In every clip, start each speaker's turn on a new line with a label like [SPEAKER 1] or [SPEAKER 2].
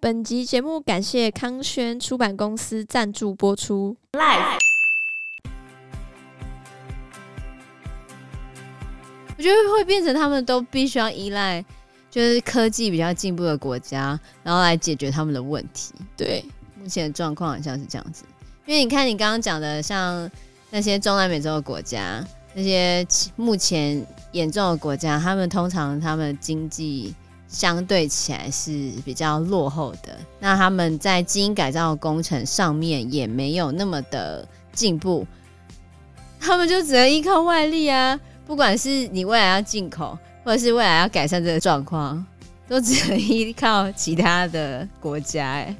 [SPEAKER 1] 本集节目感谢康轩出版公司赞助播出。
[SPEAKER 2] Life
[SPEAKER 3] 我觉得会变成他们都必须要依赖，就是科技比较进步的国家，然后来解决他们的问题。
[SPEAKER 1] 对，
[SPEAKER 3] 目前的状况好像是这样子，因为你看你刚刚讲的，像那些中南美洲的国家，那些目前严重的国家，他们通常他们经济相对起来是比较落后的，那他们在基因改造的工程上面也没有那么的进步，他们就只能依靠外力啊，不管是你未来要进口，或者是未来要改善这个状况。都只能依靠其他的国家、欸，哎，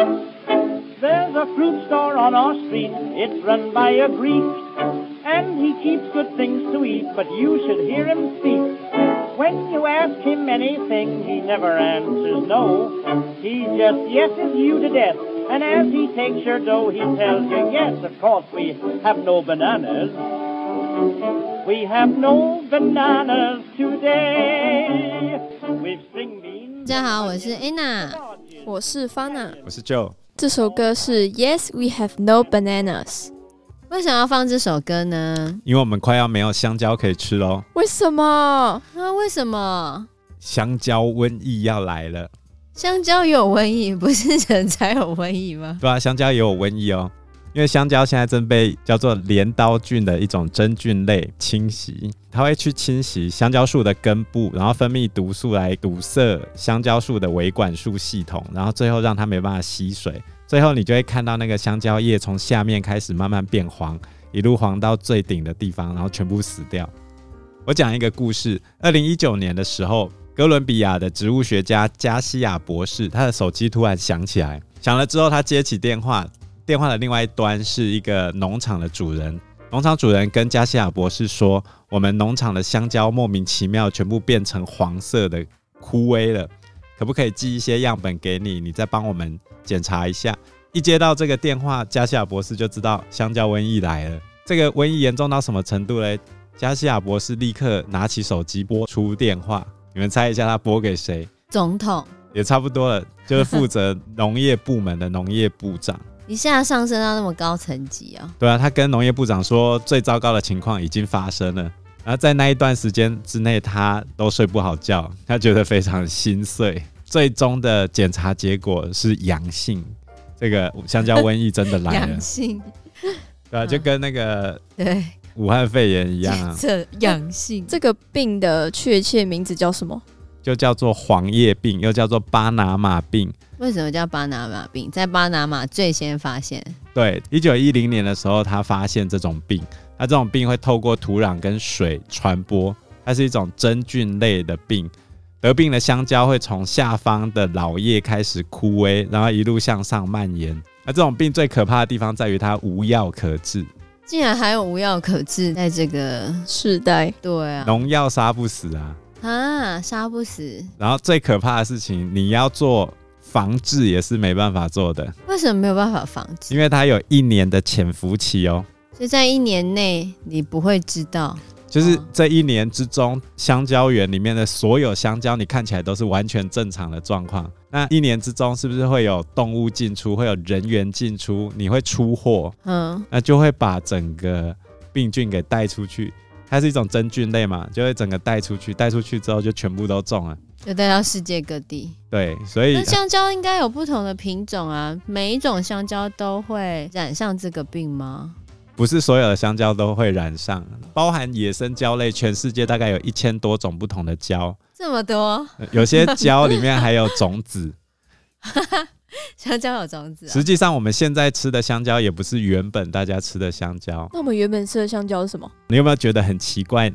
[SPEAKER 4] There's a fruit store on our street. It's run by a Greek. And he keeps good things to eat, but you should hear him speak. When you ask him anything, he never answers no. He just yeses you to death. And as he takes your dough, he tells you, yes, of course, we have no bananas. We have no bananas today. We've string beans.
[SPEAKER 3] 大家好，我是 Anna。
[SPEAKER 4] Dodges.
[SPEAKER 1] 我是 Fana，
[SPEAKER 5] 我是 Joe，
[SPEAKER 1] 这首歌是 Yes We Have No Bananas。
[SPEAKER 3] 为什么要放这首歌呢？
[SPEAKER 5] 因为我们快要没有香蕉可以吃喽，
[SPEAKER 1] 为什么？
[SPEAKER 3] 啊，为什么
[SPEAKER 5] 香蕉瘟疫要来了，
[SPEAKER 3] 香蕉有瘟疫？不是人才有瘟疫吗？
[SPEAKER 5] 对啊，香蕉也有瘟疫哦，因为香蕉现在正被叫做镰刀菌的一种真菌类侵袭，它会去侵袭香蕉树的根部，然后分泌毒素来堵塞香蕉树的维管束系统，然后最后让它没办法吸水，最后你就会看到那个香蕉叶从下面开始慢慢变黄，一路黄到最顶的地方，然后全部死掉。我讲一个故事。二零一九年的时候，哥伦比亚的植物学家加西亚博士，他的手机突然响起来，响了之后，他接起电话，电话的另外一端是一个农场的主人。农场主人跟加西亚博士说：“我们农场的香蕉莫名其妙全部变成黄色的，枯萎了，可不可以寄一些样本给你？你再帮我们检查一下。”一接到这个电话，加西亚博士就知道香蕉瘟疫来了。这个瘟疫严重到什么程度嘞？加西亚博士立刻拿起手机拨出电话，你们猜一下他拨给谁？
[SPEAKER 3] 总统
[SPEAKER 5] 也差不多了，就是负责农业部门的农业部长。
[SPEAKER 3] 一下上升到那么高层级哦，
[SPEAKER 5] 对啊，他跟农业部长说，最糟糕的情况已经发生了。然后在那一段时间之内，他都睡不好觉，他觉得非常心碎。最终的检查结果是阳性，这个香蕉瘟疫真的来 了
[SPEAKER 3] 阳，性，
[SPEAKER 5] 对啊，就跟那个
[SPEAKER 3] 对，
[SPEAKER 5] 武汉肺炎一样啊，
[SPEAKER 3] 这阳性，
[SPEAKER 1] 这个病的确切名字叫什么？
[SPEAKER 5] 就叫做黄叶病，又叫做巴拿马病。
[SPEAKER 3] 为什么叫巴拿马病？在巴拿马最先发现，
[SPEAKER 5] 对，一九一零年的时候，他发现这种病，那这种病会透过土壤跟水传播，它是一种真菌类的病。得病的香蕉会从下方的老叶开始枯萎，然后一路向上蔓延。那这种病最可怕的地方在于它无药可治，
[SPEAKER 3] 竟然还有无药可治，在这个
[SPEAKER 1] 世代
[SPEAKER 3] 对啊，
[SPEAKER 5] 农药杀不死啊。
[SPEAKER 3] 啊，杀不死，
[SPEAKER 5] 然后最可怕的事情，你要做防治也是没办法做的，
[SPEAKER 3] 为什么没有办法防
[SPEAKER 5] 因
[SPEAKER 3] 治？
[SPEAKER 5] 为它有一年的潜伏期哦。
[SPEAKER 3] 所以在一年内你不会知道，
[SPEAKER 5] 就是
[SPEAKER 3] 嗯
[SPEAKER 5] 这一年之中，香蕉园里面的所有香蕉，你看起来都是完全正常的状况。那一年之中，是不是会有动物进出，会有人员进出，你会出货，
[SPEAKER 3] 嗯，
[SPEAKER 5] 那就会把整个病菌给带出去。它是一种真菌类嘛，就会整个带出去，带出去之后就全部都中了。
[SPEAKER 3] 就带到世界各地。
[SPEAKER 5] 对，所以啊
[SPEAKER 3] 那香蕉应该有不同的品种啊，每一种香蕉都会染上这个病吗？
[SPEAKER 5] 不是所有的香蕉都会染上，包含野生蕉类，全世界大概有一千多种不同的蕉，
[SPEAKER 3] 这么多
[SPEAKER 5] 呃有些蕉里面还有种子。
[SPEAKER 3] 香蕉有种子、啊，
[SPEAKER 5] 实际上，我们现在吃的香蕉也不是原本大家吃的香蕉。
[SPEAKER 1] 那我们原本吃的香蕉是什么？
[SPEAKER 5] 你有没有觉得很奇怪？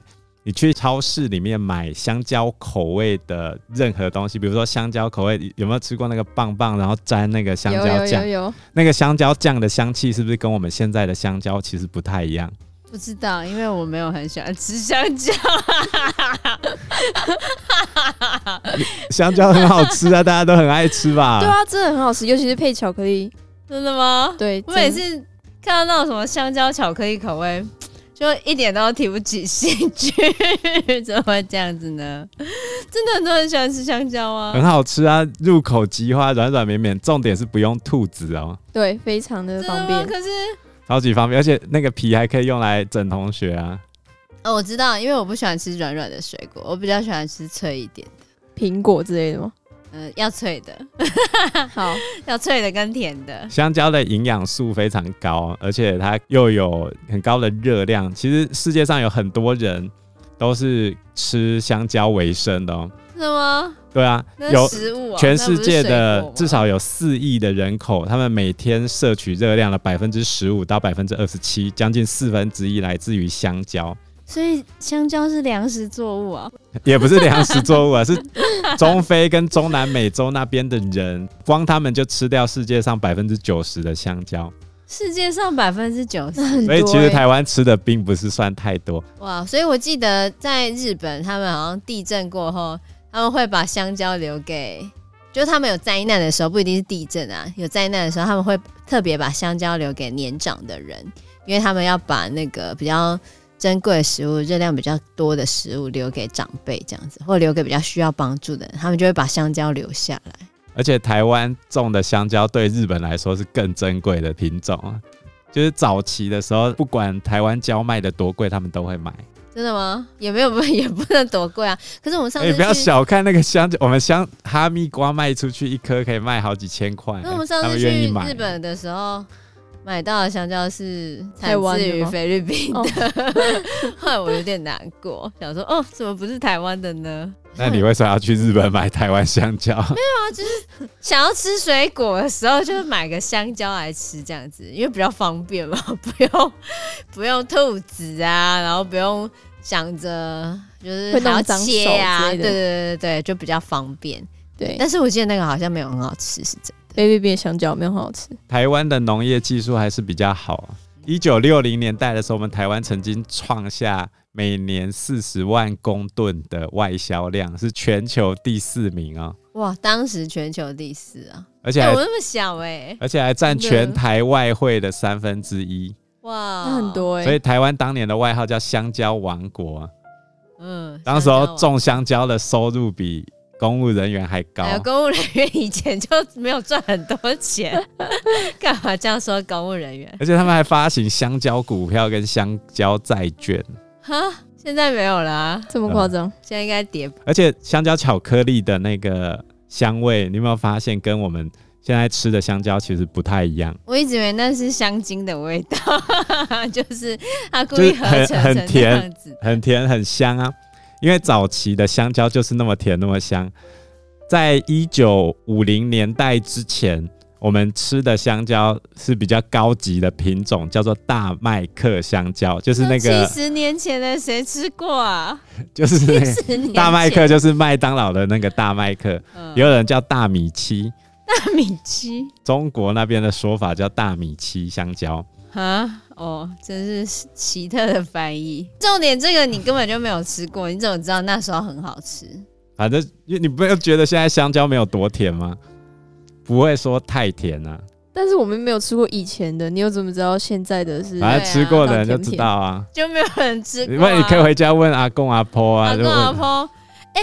[SPEAKER 5] 你去超市里面买香蕉口味的任何东西，比如说香蕉口味，有没有吃过那个棒棒，然后沾那个香
[SPEAKER 1] 有
[SPEAKER 5] 蕉
[SPEAKER 1] 有
[SPEAKER 5] 酱
[SPEAKER 1] 有？有，
[SPEAKER 5] 那个香蕉酱的香气是不是跟我们现在的香蕉其实不太一样？
[SPEAKER 3] 不知道，因为我没有很喜欢吃香蕉。
[SPEAKER 5] 香蕉很好吃啊，大家都很爱吃 吧？
[SPEAKER 1] 对啊，真的很好吃，尤其是配巧克力。
[SPEAKER 3] 真的吗？
[SPEAKER 1] 对，
[SPEAKER 3] 我每
[SPEAKER 1] 真
[SPEAKER 3] 次看到那种什么香蕉巧克力口味，就一点都提不起兴趣， 怎么会这样子呢？真的很多人喜欢吃香蕉啊
[SPEAKER 5] 很，好吃啊，入口即化，软软绵绵，重点是不用吐籽哦，
[SPEAKER 1] 对非常的
[SPEAKER 3] 真
[SPEAKER 1] 方
[SPEAKER 3] 的吗？
[SPEAKER 1] 便。
[SPEAKER 3] 可是
[SPEAKER 5] 超级方便，而且那个皮还可以用来整同学啊。
[SPEAKER 3] 哦，我知道，因为我不喜欢吃软软的水果，我比较喜欢吃脆一点，
[SPEAKER 1] 苹果之类的吗？哦
[SPEAKER 3] 嗯、要脆的，
[SPEAKER 1] 啊好，
[SPEAKER 3] 要脆的跟甜的。
[SPEAKER 5] 香蕉的营养素非常高，而且它又有很高的热量。其实世界上有很多人都是吃香蕉为生的哦。
[SPEAKER 3] 真的吗？
[SPEAKER 5] 对啊，
[SPEAKER 3] 那
[SPEAKER 5] 有
[SPEAKER 3] 是食物啊，
[SPEAKER 5] 全
[SPEAKER 3] 那不
[SPEAKER 5] 世
[SPEAKER 3] 是
[SPEAKER 5] 界
[SPEAKER 3] 水
[SPEAKER 5] 的
[SPEAKER 3] 果吗
[SPEAKER 5] 至少有四亿的人口，他们每天摄取热量的百分之十五到百分之二十七，将近四分之一来自于香蕉，
[SPEAKER 3] 所以香蕉是粮食作物啊。
[SPEAKER 5] 也不是粮食作物啊，是中非跟中南美洲那边的人，光他们就吃掉世界上百分之九十的香蕉，
[SPEAKER 3] 世界上百分之九十，
[SPEAKER 1] 很多、
[SPEAKER 5] 所
[SPEAKER 1] 欸。
[SPEAKER 5] 以其实台湾吃的并不是算太多。
[SPEAKER 3] 哇！所以我记得在日本，他们好像地震过后，他们会把香蕉留给，就是他们有灾难的时候，不一定是地震啊，有灾难的时候，他们会特别把香蕉留给年长的人，因为他们要把那个比较珍贵的食物、热量比较多的食物留给长辈这样子，或留给比较需要帮助的人，他们就会把香蕉留下来。
[SPEAKER 5] 而且台湾种的香蕉对日本来说是更珍贵的品种啊，就是早期的时候，不管台湾蕉卖的多贵，他们都会买。
[SPEAKER 3] 真的吗？也没有 不也不能多贵啊。可是我们上
[SPEAKER 5] 哎、
[SPEAKER 3] 次去
[SPEAKER 5] 不要小看那个香蕉，我们香哈密瓜卖出去一颗可以卖好几千块，
[SPEAKER 3] 那我们上
[SPEAKER 5] 他
[SPEAKER 3] 次
[SPEAKER 5] 们
[SPEAKER 3] 去
[SPEAKER 5] 愿意买
[SPEAKER 3] 日本的时候，买到的香蕉是产
[SPEAKER 1] 台湾
[SPEAKER 3] 自
[SPEAKER 1] 的
[SPEAKER 3] 于
[SPEAKER 1] 吗
[SPEAKER 3] 菲律宾的
[SPEAKER 1] 哦，
[SPEAKER 3] 后来我有点难过，想说哦，怎么不是台湾的呢？
[SPEAKER 5] 那你为什么要去日本买台湾香蕉？
[SPEAKER 3] 想要吃水果的时候，就是买个香蕉来吃这样子，因为比较方便嘛， 不用不用吐籽啊，然后不用想着就是
[SPEAKER 1] 会
[SPEAKER 3] 还
[SPEAKER 1] 弄
[SPEAKER 3] 要
[SPEAKER 1] 脏手
[SPEAKER 3] 切啊，
[SPEAKER 1] 之
[SPEAKER 3] 对
[SPEAKER 1] 类
[SPEAKER 3] 对
[SPEAKER 1] 的
[SPEAKER 3] 对对对，就比较方便。
[SPEAKER 1] 对
[SPEAKER 3] 但是我记得那个好像没有很好吃，是真的。
[SPEAKER 1] 菲律宾的香蕉没有很好吃，
[SPEAKER 5] 台湾的农业技术还是比较好。啊一九六零年代的时候，我们台湾曾经创下每年四十万公吨的外销量，是全球第四名啊、
[SPEAKER 3] 哇，当时全球第四啊！
[SPEAKER 5] 而且
[SPEAKER 3] 哎、
[SPEAKER 5] 还
[SPEAKER 3] 我那么小哎、
[SPEAKER 5] 而且还占
[SPEAKER 1] 真的
[SPEAKER 5] 全台外汇的三分之一，
[SPEAKER 3] 哇，
[SPEAKER 1] 那很，多哎、
[SPEAKER 5] 所以台湾当年的外号叫“香蕉王国啊”。
[SPEAKER 3] 嗯，
[SPEAKER 5] 当时候
[SPEAKER 3] 种
[SPEAKER 5] 种香蕉的收入比公务人员还高，
[SPEAKER 3] 哎公务人员以前就没有赚很多钱， 干嘛这样说公务人员？
[SPEAKER 5] 而且他们还发行香蕉股票跟香蕉债券，
[SPEAKER 3] 哈，现在没有啦、
[SPEAKER 1] 这么夸张？
[SPEAKER 3] 现在应该跌
[SPEAKER 5] 而且香蕉巧克力的那个香味，你有没有发现跟我们现在吃的香蕉其实不太一样？
[SPEAKER 3] 我一直以为那是香精的味道， 就是它故
[SPEAKER 5] 就是
[SPEAKER 3] 意合成
[SPEAKER 5] 很
[SPEAKER 3] 成
[SPEAKER 5] 很
[SPEAKER 3] 那
[SPEAKER 5] 甜
[SPEAKER 3] 样子。
[SPEAKER 5] 很甜很香啊！因为早期的香蕉就是那么甜那么香。在一九五零年代之前，我们吃的香蕉是比较高级的品种，叫做大麦克香蕉，就是那个
[SPEAKER 3] 七十年前的谁吃过啊？
[SPEAKER 5] 就是那个
[SPEAKER 3] 70年
[SPEAKER 5] 大麦克，
[SPEAKER 3] 前
[SPEAKER 5] 就是麦当劳的那个大麦克，
[SPEAKER 3] 嗯
[SPEAKER 5] 也有人叫大米七，
[SPEAKER 3] 大米鸡
[SPEAKER 5] 中国那边的说法叫大米七香蕉。
[SPEAKER 3] 啊，哦，真是奇特的翻译。重点这个你根本就没有吃过，你怎么知道那时候很好吃？
[SPEAKER 5] 反正啊你你不要觉得现在香蕉没有多甜吗？不会说太甜啊，
[SPEAKER 1] 但是我们没有吃过以前的，你又怎么知道现在的是？
[SPEAKER 5] 反正
[SPEAKER 3] 对啊
[SPEAKER 5] 吃过的人就知道啊。
[SPEAKER 3] 就没有人吃过、
[SPEAKER 5] 不
[SPEAKER 3] 啊。
[SPEAKER 5] 然你可以回家问阿公阿婆啊，
[SPEAKER 3] 阿
[SPEAKER 5] 就
[SPEAKER 3] 公
[SPEAKER 5] 问
[SPEAKER 3] 阿婆，哎、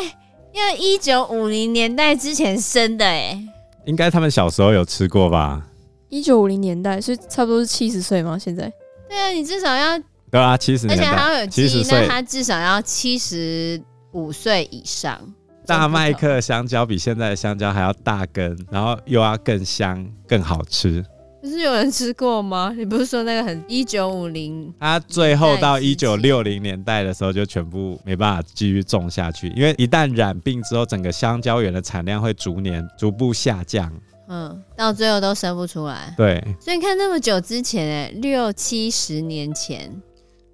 [SPEAKER 3] 因为一九五零年代之前生的、哎，
[SPEAKER 5] 应该他们小时候有吃过吧？
[SPEAKER 1] 一九五零年代，所以差不多是七十岁吗？现在
[SPEAKER 3] 对啊，你至少要，
[SPEAKER 5] 对啊，七十
[SPEAKER 3] 而
[SPEAKER 5] 年
[SPEAKER 3] 且还要
[SPEAKER 5] 代，
[SPEAKER 3] 有
[SPEAKER 5] 七
[SPEAKER 3] 记
[SPEAKER 5] 十
[SPEAKER 3] 忆，那
[SPEAKER 5] 岁，
[SPEAKER 3] 他至少要七十五岁以上。
[SPEAKER 5] 大麦克香蕉比现在的香蕉还要大根，然后又要更香、更好吃。
[SPEAKER 3] 不是有人吃过吗？你不是说那个很一九五零？
[SPEAKER 5] 它最后到
[SPEAKER 3] 年代
[SPEAKER 5] 一九
[SPEAKER 3] 之
[SPEAKER 5] 六零年代的时候，就全部没办法继续种下去，因为一旦染病之后，整个香蕉园的产量会逐年逐步下降。
[SPEAKER 3] 嗯，到最后都生不出来。
[SPEAKER 5] 对，
[SPEAKER 3] 欸所以你看那么久之前、哎，六七十年前，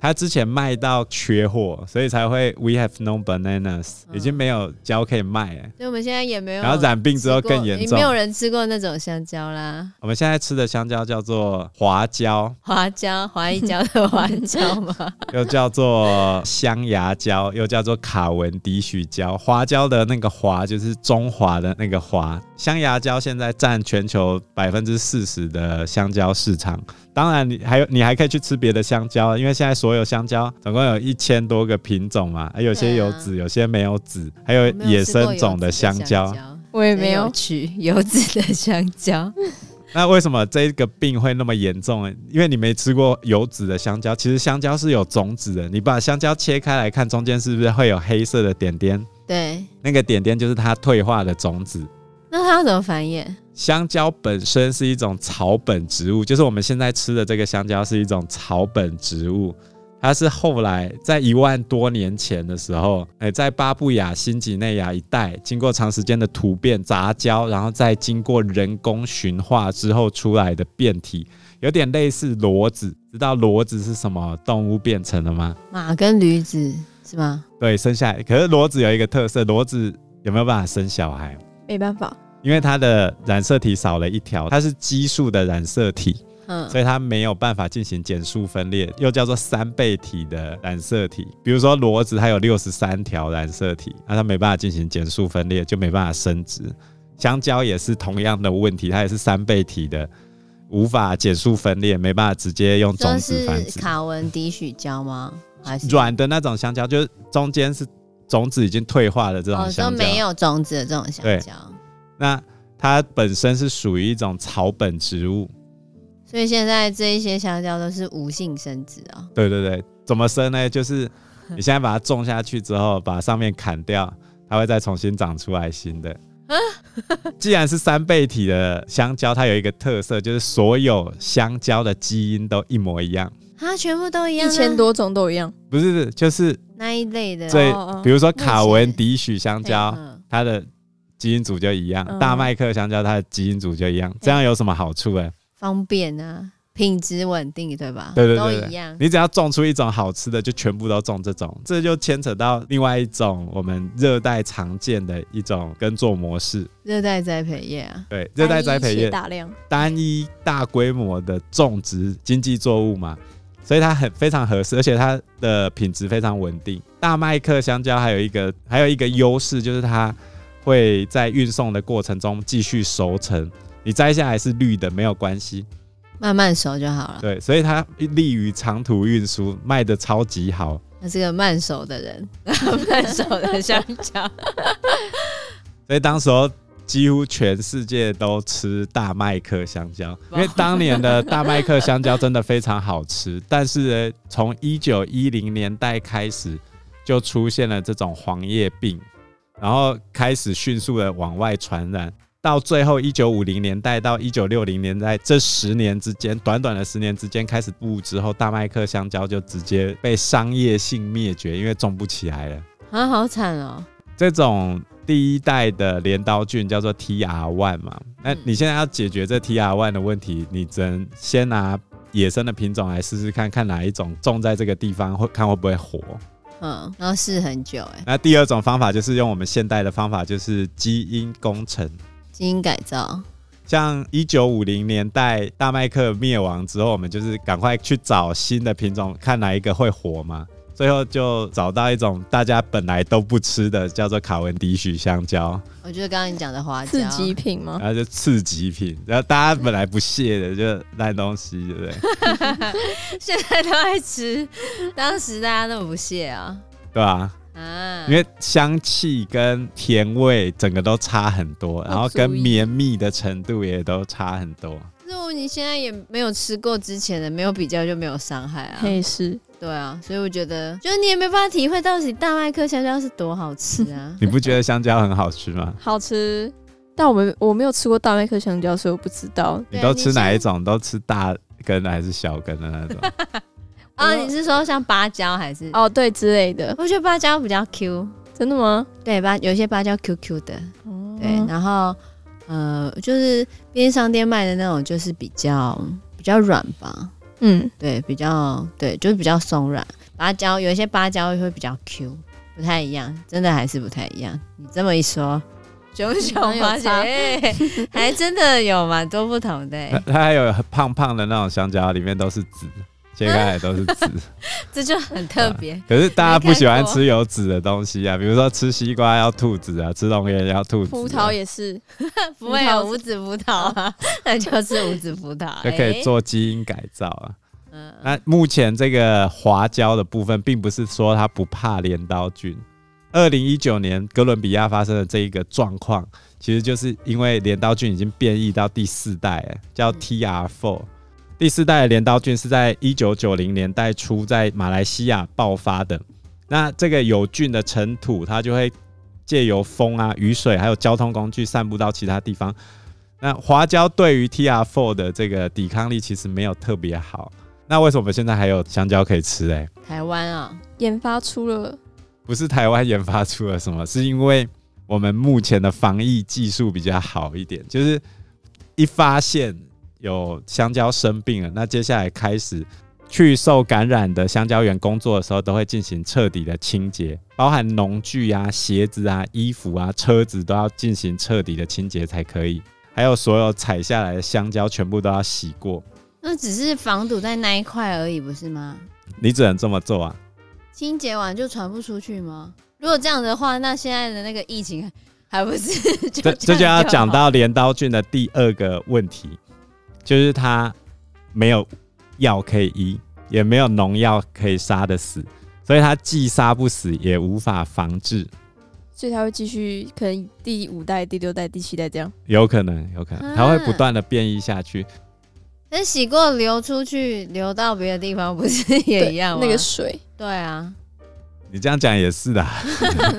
[SPEAKER 5] 它之前卖到缺货，所以才会 We have no bananas，、
[SPEAKER 3] 嗯
[SPEAKER 5] 已经没有胶可以卖了。
[SPEAKER 3] 所以我们现在也没有吃过。
[SPEAKER 5] 然后染病之后更严
[SPEAKER 3] 也
[SPEAKER 5] 重
[SPEAKER 3] 没。有人吃过那种香蕉啦，
[SPEAKER 5] 我们现在吃的香蕉叫做华蕉，
[SPEAKER 3] 花椒、花一椒 的花椒嘛。
[SPEAKER 5] 又叫做香牙胶，又叫做卡文迪许胶。华胶的那个华就是中华的那个华，香牙胶现在占全球百分之四十的香蕉市场。当然，你还有你还可以去吃别的香蕉，啊因为现在所有香蕉总共有一千多个品种嘛，啊有些有籽，有些没有籽，还有
[SPEAKER 3] 啊我没有
[SPEAKER 5] 野
[SPEAKER 3] 吃过
[SPEAKER 5] 生种
[SPEAKER 3] 有
[SPEAKER 5] 的
[SPEAKER 3] 籽的
[SPEAKER 5] 香蕉。
[SPEAKER 1] 我也
[SPEAKER 3] 也
[SPEAKER 1] 没有。
[SPEAKER 3] 取油脂的香蕉，
[SPEAKER 5] 那为什么这个病会那么严重呢？因为你没吃过有籽的香蕉，其实香蕉是有种子的。你把香蕉切开来看，中间是不是会有黑色的点点？
[SPEAKER 3] 对。
[SPEAKER 5] 那个点点就是它退化的种子。
[SPEAKER 3] 那它要怎么繁衍？
[SPEAKER 5] 香蕉本身是一种草本植物，就是我们现在吃的这个香蕉是一种草本植物。它是后来在一万多年前的时候，哎、在巴布亚新几内亚一带，经过长时间的突变杂交，然后再经过人工驯化之后出来的变体，有点类似骡子。知道骡子是什么动物变成的吗？
[SPEAKER 3] 马跟驴子是吗？
[SPEAKER 5] 对，生下来。可是骡子有一个特色，骡子有没有办法生小孩？
[SPEAKER 1] 没办法，
[SPEAKER 5] 因为它的染色体少了一条，它是奇数的染色体，
[SPEAKER 3] 嗯，
[SPEAKER 5] 所以它没有办法进行减数分裂，又叫做三倍体的染色体。比如说骡子，它有六十三条染色体，那它没办法进行减数分裂，就没办法生殖。香蕉也是同样的问题，它也是三倍体的，无法减数分裂，没办法直接用种
[SPEAKER 3] 这
[SPEAKER 5] 子
[SPEAKER 3] 是
[SPEAKER 5] 繁殖。
[SPEAKER 3] 卡文迪许胶吗？还是
[SPEAKER 5] 软的那种香蕉，就是中间是种子已经退化的这种
[SPEAKER 3] 哦，
[SPEAKER 5] 香
[SPEAKER 3] 都
[SPEAKER 5] 蕉，
[SPEAKER 3] 没有种子的这种香
[SPEAKER 5] 对
[SPEAKER 3] 蕉，
[SPEAKER 5] 那它本身是属于一种草本植物。
[SPEAKER 3] 所以现在这一些香蕉都是无性生殖哦。
[SPEAKER 5] 对对对，怎么生呢？就是你现在把它种下去之后，把上面砍掉，它会再重新长出来新的。
[SPEAKER 1] 啊
[SPEAKER 5] 既然是三倍体的香蕉，它有一个特色，就是所有香蕉的基因都一模一样。
[SPEAKER 3] 它全部都一样、
[SPEAKER 1] 一
[SPEAKER 3] 啊，
[SPEAKER 1] 千多种都一样。
[SPEAKER 5] 不是，就是
[SPEAKER 3] 那一类的
[SPEAKER 5] 最，
[SPEAKER 1] 哦
[SPEAKER 5] 比如说
[SPEAKER 3] 那
[SPEAKER 5] 卡
[SPEAKER 3] 些
[SPEAKER 5] 文迪许香蕉，
[SPEAKER 3] 嗯
[SPEAKER 5] 它的基因组就一样；
[SPEAKER 1] 嗯
[SPEAKER 5] 大麦克香蕉，它的基因组就一样。这样有什么好处呢？
[SPEAKER 3] 方便啊，品质稳定，对吧？
[SPEAKER 5] 对对对
[SPEAKER 3] 都一
[SPEAKER 5] 对
[SPEAKER 3] 样，。
[SPEAKER 5] 你只要种出一种好吃的，就全部都种这种，这就牵扯到另外一种我们热带常见的一种耕作模式。
[SPEAKER 3] 热带栽培业啊，
[SPEAKER 5] 对，热带栽培业
[SPEAKER 1] 大量，
[SPEAKER 5] 单一大规模的种植经济作物嘛，所以它很非常合适，而且它的品质非常稳定。大麦克香蕉还有一个还有一个优势就是它会在运送的过程中继续熟成，你摘下来是绿的没有关系，
[SPEAKER 3] 慢慢熟就好了。
[SPEAKER 5] 对，所以它利于长途运输，卖的超级好。
[SPEAKER 3] 他是个慢熟的人， 慢熟的香蕉。
[SPEAKER 5] 所以当时候几乎全世界都吃大麦克香蕉，因为当年的大麦克香蕉真的非常好吃。但是呢，从一九一零年代开始，就出现了这种黄叶病，然后开始迅速的往外传染。到最后，一九五零年代到一九六零年代这十年之间，短短的十年之间开始布之后，大麦克香蕉就直接被商业性灭绝，因为种不起来了。
[SPEAKER 3] 啊，好惨哦！
[SPEAKER 5] 这种第一代的镰刀菌叫做 TR one 嘛，那
[SPEAKER 3] 嗯
[SPEAKER 5] 你现在要解决这 TR one 的问题，你只能先拿野生的品种来试试看，看哪一种种在这个地方会看会不会活。
[SPEAKER 3] 嗯，然后试很久，哎，
[SPEAKER 5] 那第二种方法就是用我们现代的方法，就是基因工程。
[SPEAKER 3] 基因改造，
[SPEAKER 5] 像一九五零年代大麦克灭亡之后，我们就是赶快去找新的品种，看哪一个会活嘛。最后就找到一种大家本来都不吃的，叫做卡文迪许香蕉。
[SPEAKER 3] 我觉得刚刚你讲的花
[SPEAKER 1] 刺
[SPEAKER 3] 椒，
[SPEAKER 1] 激品
[SPEAKER 3] 嗯
[SPEAKER 1] 吗？
[SPEAKER 5] 然后就次极品，然后大家本来不屑的就烂东西，对不 对？
[SPEAKER 3] 现在都爱吃，当时大家那么不屑啊、
[SPEAKER 5] 对吧、
[SPEAKER 3] 啊，
[SPEAKER 5] 因为香气跟甜味整个都差很多，然后跟绵密的程度也都差很多。，
[SPEAKER 3] 那你现在也没有吃过之前的，没有比较就没有伤害啊
[SPEAKER 1] 可，以是
[SPEAKER 3] 对啊，所以我觉得，就是你也没办法体会到底大麦克香蕉是多好吃啊
[SPEAKER 5] 你不觉得香蕉很好吃 吗？
[SPEAKER 1] 好吃，但我们我没有吃过大麦克香蕉，所以我不知道。
[SPEAKER 3] 对
[SPEAKER 5] 你都吃哪一种？都吃大根的还是小根的那 种？
[SPEAKER 3] 啊，你是说像芭蕉还是？
[SPEAKER 1] 哦，对之类的，
[SPEAKER 3] 我觉得芭蕉比较 Q，
[SPEAKER 1] 真的吗？
[SPEAKER 3] 对芭有一些芭蕉 Q Q 的，
[SPEAKER 1] 哦
[SPEAKER 3] 对，然后呃，就是便利商店卖的那种，就是比较比较软吧，
[SPEAKER 1] 嗯，
[SPEAKER 3] 对，比较对，就是比较松软。芭蕉有一些芭蕉会比较 Q，不太一样，真的还是不太一样。你这么一说，熊熊
[SPEAKER 1] 好像有
[SPEAKER 3] 发现，
[SPEAKER 1] 差
[SPEAKER 3] 哎还真的有蛮多不同的、
[SPEAKER 5] 它
[SPEAKER 3] 哎
[SPEAKER 5] 它还有胖胖的那种香蕉，里面都是 籽，切开来都是籽。
[SPEAKER 3] 这就很特别。
[SPEAKER 5] 可是大家不喜
[SPEAKER 3] 没
[SPEAKER 5] 欢
[SPEAKER 3] 看过
[SPEAKER 5] 吃有籽的东西啊，比如说吃西瓜要吐籽啊，吃龙眼要吐籽、啊，
[SPEAKER 1] 葡萄也是，
[SPEAKER 3] 不 会有无籽葡萄啊， 那就是无籽葡萄，
[SPEAKER 5] 就可以
[SPEAKER 3] 哎。
[SPEAKER 5] 做基因改造啊。
[SPEAKER 3] 嗯
[SPEAKER 5] 那目前这个滑胶的部分，并不是说它不怕镰刀菌。二零一九年哥伦比亚发生的这一个状况，其实就是因为镰刀菌已经变异到第四代了，
[SPEAKER 3] 嗯
[SPEAKER 5] 叫 TR4。第四代的镰刀菌是在一九九零年代初在马来西亚爆发的。那这个有菌的尘土，它就会借由风啊、雨水还有交通工具散布到其他地方。那滑胶对于 TR4 的这个抵抗力其实没有特别好。那为什么现在还有香蕉可以吃、欸？哎，
[SPEAKER 3] 台湾啊，
[SPEAKER 1] 研发出了
[SPEAKER 5] 不是台湾研发出了什么，是因为我们目前的防疫技术比较好一点，就是一发现有香蕉生病了，那接下来开始去受感染的香蕉园工作的时候，都会进行彻底的清洁，包含农具啊、鞋子啊、衣服啊、车子都要进行彻底的清洁才可以。还有所有采下来的香蕉全部都要洗过，
[SPEAKER 3] 那只是防堵在那一块而已，不是吗？
[SPEAKER 5] 你只能这么做啊！
[SPEAKER 3] 清洁完就传不出去吗？如果这样的话，那现在的那个疫情还不是 就
[SPEAKER 5] 这 这
[SPEAKER 3] 样
[SPEAKER 5] 就要
[SPEAKER 3] 好
[SPEAKER 5] 讲到镰刀菌的第二个问题，就是它没有药可以医，也没有农药可以杀得死，所以它既杀不死，也无法防治。
[SPEAKER 1] 所以它会继续，可能第五代、第六代、第七代这样。
[SPEAKER 5] 有可能，有可能，
[SPEAKER 3] 啊
[SPEAKER 5] 它会不断的变异下去。
[SPEAKER 3] 那洗过流出去，流到别的地方，不是也
[SPEAKER 1] 对
[SPEAKER 3] 一样吗？
[SPEAKER 1] 那个水，
[SPEAKER 3] 对啊，
[SPEAKER 5] 你这样讲也是的，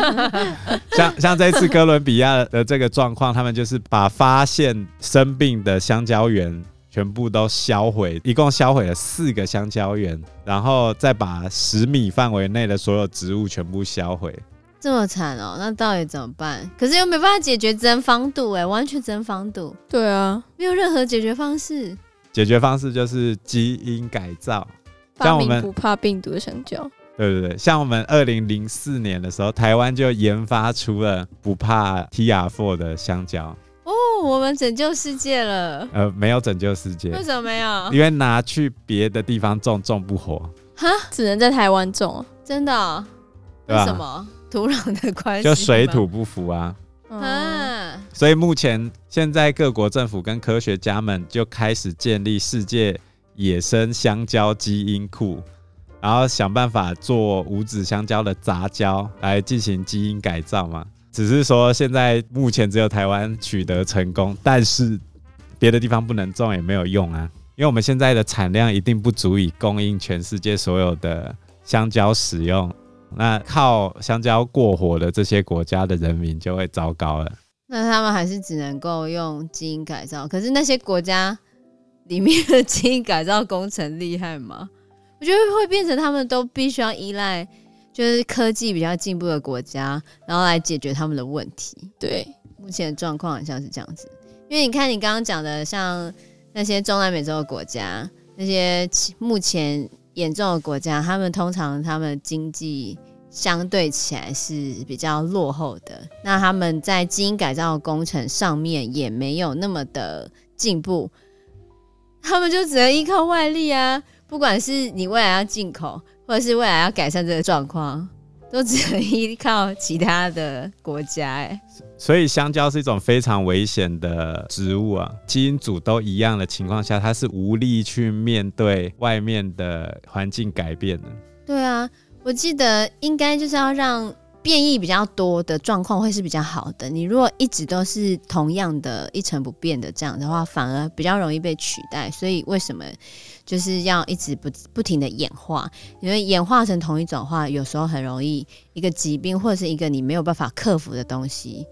[SPEAKER 5] 像像这次哥伦比亚的这个状况，他们就是把发现生病的香蕉园全部都销毁，一共销毁了四个香蕉园，然后再把十米范围内的所有植物全部销毁。
[SPEAKER 3] 这么惨哦、那到底怎么办？可是又没办法解决只能防堵、哎，完全只能防堵，
[SPEAKER 1] 对啊，
[SPEAKER 3] 没有任何解决方式。
[SPEAKER 5] 解决方式就是基因改造，像
[SPEAKER 1] 发
[SPEAKER 5] 我
[SPEAKER 1] 明
[SPEAKER 5] 们
[SPEAKER 1] 不怕病毒的香蕉，
[SPEAKER 5] 对不对？像我们二零零四年的时候，台湾就研发出了不怕 TR4 的香蕉，
[SPEAKER 3] 哦，我们拯救世界了，
[SPEAKER 5] 呃，没有拯救世界
[SPEAKER 3] 为，什么没有？
[SPEAKER 5] 因为拿去别的地方种种不活。
[SPEAKER 1] 只能在台湾种啊。
[SPEAKER 3] 真的哦、
[SPEAKER 5] 对吧
[SPEAKER 3] 为什么？土壤的关系吗，
[SPEAKER 5] 就水土不服啊。
[SPEAKER 1] 嗯，
[SPEAKER 3] 啊，
[SPEAKER 5] 所以目前现在各国政府跟科学家们就开始建立世界野生香蕉基因库，然后想办法做无籽香蕉的杂交来进行基因改造嘛。只是说现在目前只有台湾取得成功，但是别的地方不能种也没有用啊，因为我们现在的产量一定不足以供应全世界所有的香蕉使用。那靠香蕉过活的这些国家的人民就会糟糕了。
[SPEAKER 3] 那他们还是只能够用基因改造。可是那些国家里面的基因改造工程厉害吗？我觉得会变成他们都必须要依赖，就是科技比较进步的国家，然后来解决他们的问题。
[SPEAKER 1] 对，
[SPEAKER 3] 目前的状况好像是这样子，因为你看你刚刚讲的，像那些中南美洲的国家，那些其目前严重的国家，他们通常他们经济相对起来是比较落后的，那他们在基因改造工程上面也没有那么的进步，他们就只能依靠外力啊，不管是你未来要进口，或者是未来要改善这个状况。都只能依靠其他的国家、哎，
[SPEAKER 5] 所以香蕉是一种非常危险的植物啊，基因组都一样的情况下，它是无力去面对外面的环境改变的。
[SPEAKER 3] 对啊，我记得应该就是要让变异比较多的状况会是比较好的。你如果一直都是同样的一成不变的这样的话，反而比较容易被取代。所以为什么就是要一直不不停的演化？因为演化成同一种的话，有时候很容易一个疾病或者是一个你没有办法克服的东西，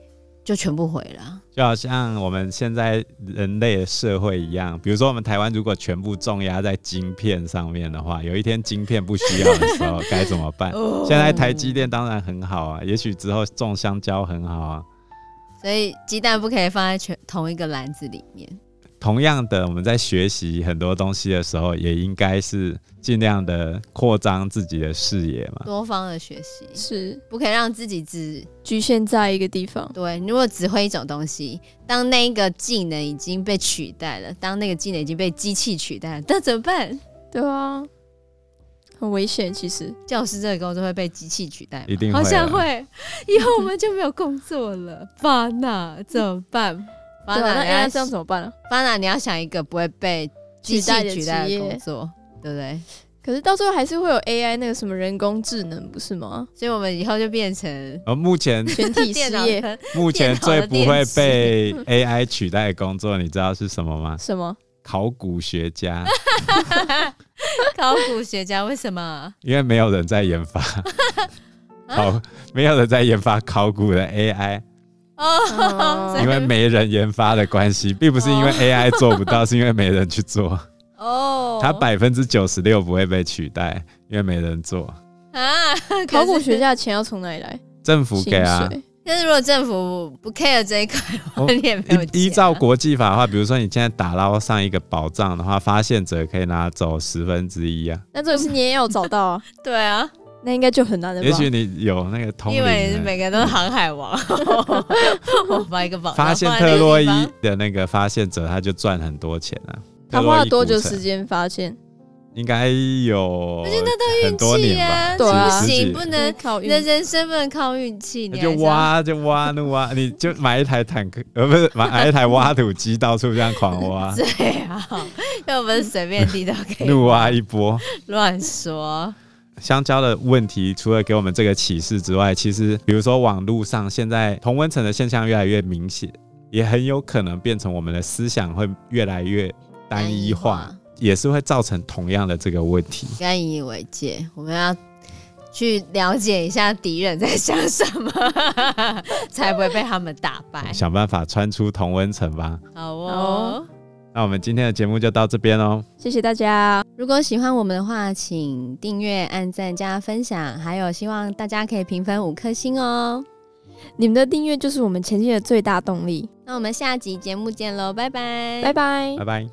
[SPEAKER 3] 就全部毁了。啊
[SPEAKER 5] 就好像我们现在人类的社会一样，比如说我们台湾如果全部重压在晶片上面的话，有一天晶片不需要的时 候哦该怎么办？现在台积电当然很好啊，也许之后种香蕉很好啊。
[SPEAKER 3] 所以鸡蛋不可以放在全同一个篮子里面。
[SPEAKER 5] 同样的，我们在学习很多东西的时候，也应该是尽量的扩张自己的视野嘛。
[SPEAKER 3] 多方的学习，
[SPEAKER 1] 是
[SPEAKER 3] 不可以让自己只
[SPEAKER 1] 局限在一个地方，
[SPEAKER 3] 对。如果只会一种东西，当那一个技能已经被取代了，当那个技能已经被机器取代了，那怎么办？
[SPEAKER 1] 对啊，很危险。其实
[SPEAKER 3] 教师这个工作会被机器取代吗？
[SPEAKER 5] 一定会
[SPEAKER 3] 好
[SPEAKER 5] 啊
[SPEAKER 3] 像会，以后我们就没有工作了。巴纳怎么办？巴
[SPEAKER 1] 对啊，
[SPEAKER 3] 纳
[SPEAKER 1] 那
[SPEAKER 3] 你
[SPEAKER 1] AI
[SPEAKER 3] 要
[SPEAKER 1] 这样怎么办啊？
[SPEAKER 3] 巴纳你要想一个不会被机
[SPEAKER 1] 取代
[SPEAKER 3] 器
[SPEAKER 1] 的
[SPEAKER 3] 取代
[SPEAKER 1] 职
[SPEAKER 3] 的工
[SPEAKER 1] 业，
[SPEAKER 3] 作，对不对？
[SPEAKER 1] 可是到最后还是会有 AI 那个什么人工智能，不是 吗？
[SPEAKER 3] 所以我们以后就变成
[SPEAKER 5] 而呃目前
[SPEAKER 1] 全 体失
[SPEAKER 3] 电脑
[SPEAKER 1] 业
[SPEAKER 3] 的
[SPEAKER 5] 目前最不会被
[SPEAKER 1] 电脑
[SPEAKER 5] AI 取代的工作，你知道是什么吗？
[SPEAKER 1] 什 么？
[SPEAKER 5] 考古学家，
[SPEAKER 3] 考古学家，为什么？
[SPEAKER 5] 因为没有人在研 发，
[SPEAKER 3] 啊
[SPEAKER 5] 好，没有人在研发考古的 AI，
[SPEAKER 3] 哦，
[SPEAKER 1] 哦
[SPEAKER 3] 所以
[SPEAKER 5] 因为没人研发的关系，并不是因为 AI 做不到， 是因为没人去做。
[SPEAKER 3] 哦，
[SPEAKER 5] 它百分之九十六不会被取代，因为没人做，
[SPEAKER 3] 啊，
[SPEAKER 1] 考古学
[SPEAKER 3] 家。
[SPEAKER 1] 家的钱要从哪里来？
[SPEAKER 5] 政府给啊
[SPEAKER 1] 薪。水
[SPEAKER 3] 但是如果政府不 care 这一块，
[SPEAKER 5] 哦
[SPEAKER 3] 我也没有
[SPEAKER 5] 依依
[SPEAKER 3] 钱
[SPEAKER 5] 照
[SPEAKER 3] 啊
[SPEAKER 5] 国际法的话，比如说你现在打捞上一个宝藏的话，发现者可以拿走十分之一啊。
[SPEAKER 1] 那这个是你也有找到 啊？
[SPEAKER 3] 对啊，
[SPEAKER 1] 那应该就很难了吧？
[SPEAKER 5] 也许你有那个通灵
[SPEAKER 3] 因
[SPEAKER 5] 啊，
[SPEAKER 3] 为每个人都是航海 王，我把一个宝藏
[SPEAKER 5] 发现
[SPEAKER 3] 放在那
[SPEAKER 5] 特
[SPEAKER 3] 个
[SPEAKER 5] 洛伊
[SPEAKER 3] 地方
[SPEAKER 5] 的那个发现者，他就赚很多钱啊。
[SPEAKER 1] 他花了
[SPEAKER 5] 特洛
[SPEAKER 1] 多
[SPEAKER 5] 伊古
[SPEAKER 1] 久
[SPEAKER 5] 城
[SPEAKER 1] 时？间发现？
[SPEAKER 5] 应该有很
[SPEAKER 3] 运
[SPEAKER 5] 多
[SPEAKER 3] 气
[SPEAKER 5] 年
[SPEAKER 3] 啊，
[SPEAKER 5] 吧，
[SPEAKER 1] 对啊
[SPEAKER 3] 不
[SPEAKER 5] 十十几
[SPEAKER 3] 行，不能，
[SPEAKER 1] 靠
[SPEAKER 3] 你
[SPEAKER 1] 运
[SPEAKER 3] 的人生不能靠运气，
[SPEAKER 5] 那
[SPEAKER 3] 你
[SPEAKER 5] 就
[SPEAKER 3] 还是要，
[SPEAKER 5] 挖啊就挖，那挖你就买一台坦克，呃，不是买买一台挖土机，到处这样狂 挖
[SPEAKER 3] 对啊，又不是随便地都可以
[SPEAKER 5] 怒挖一波。
[SPEAKER 3] 乱 说，
[SPEAKER 5] 香蕉的问题，除了给我们这个启示之外，其实比如说网络上现在同温层的现象越来越明显，也很有可能变成我们的思想会越来越单一化，
[SPEAKER 3] 单
[SPEAKER 5] 也是会造成同样的这个问题。
[SPEAKER 3] 不该引以为戒，我们要。去了解一下敌人在想什 么，才不会被他们打败。
[SPEAKER 5] 想办法穿出同温层吧。
[SPEAKER 3] 好
[SPEAKER 1] 好
[SPEAKER 3] 哦
[SPEAKER 1] 哦。
[SPEAKER 5] 那我们今天的节目就到这边喽，
[SPEAKER 1] 谢谢大家，
[SPEAKER 3] 如果喜欢我们的话，请订阅、按赞、加分享，还有希望大家可以评分五颗星哦。
[SPEAKER 1] 你们的订阅就是我们前进的最大动力。
[SPEAKER 3] 那我们下集节目见喽，拜拜，
[SPEAKER 1] 拜拜
[SPEAKER 5] 拜。拜。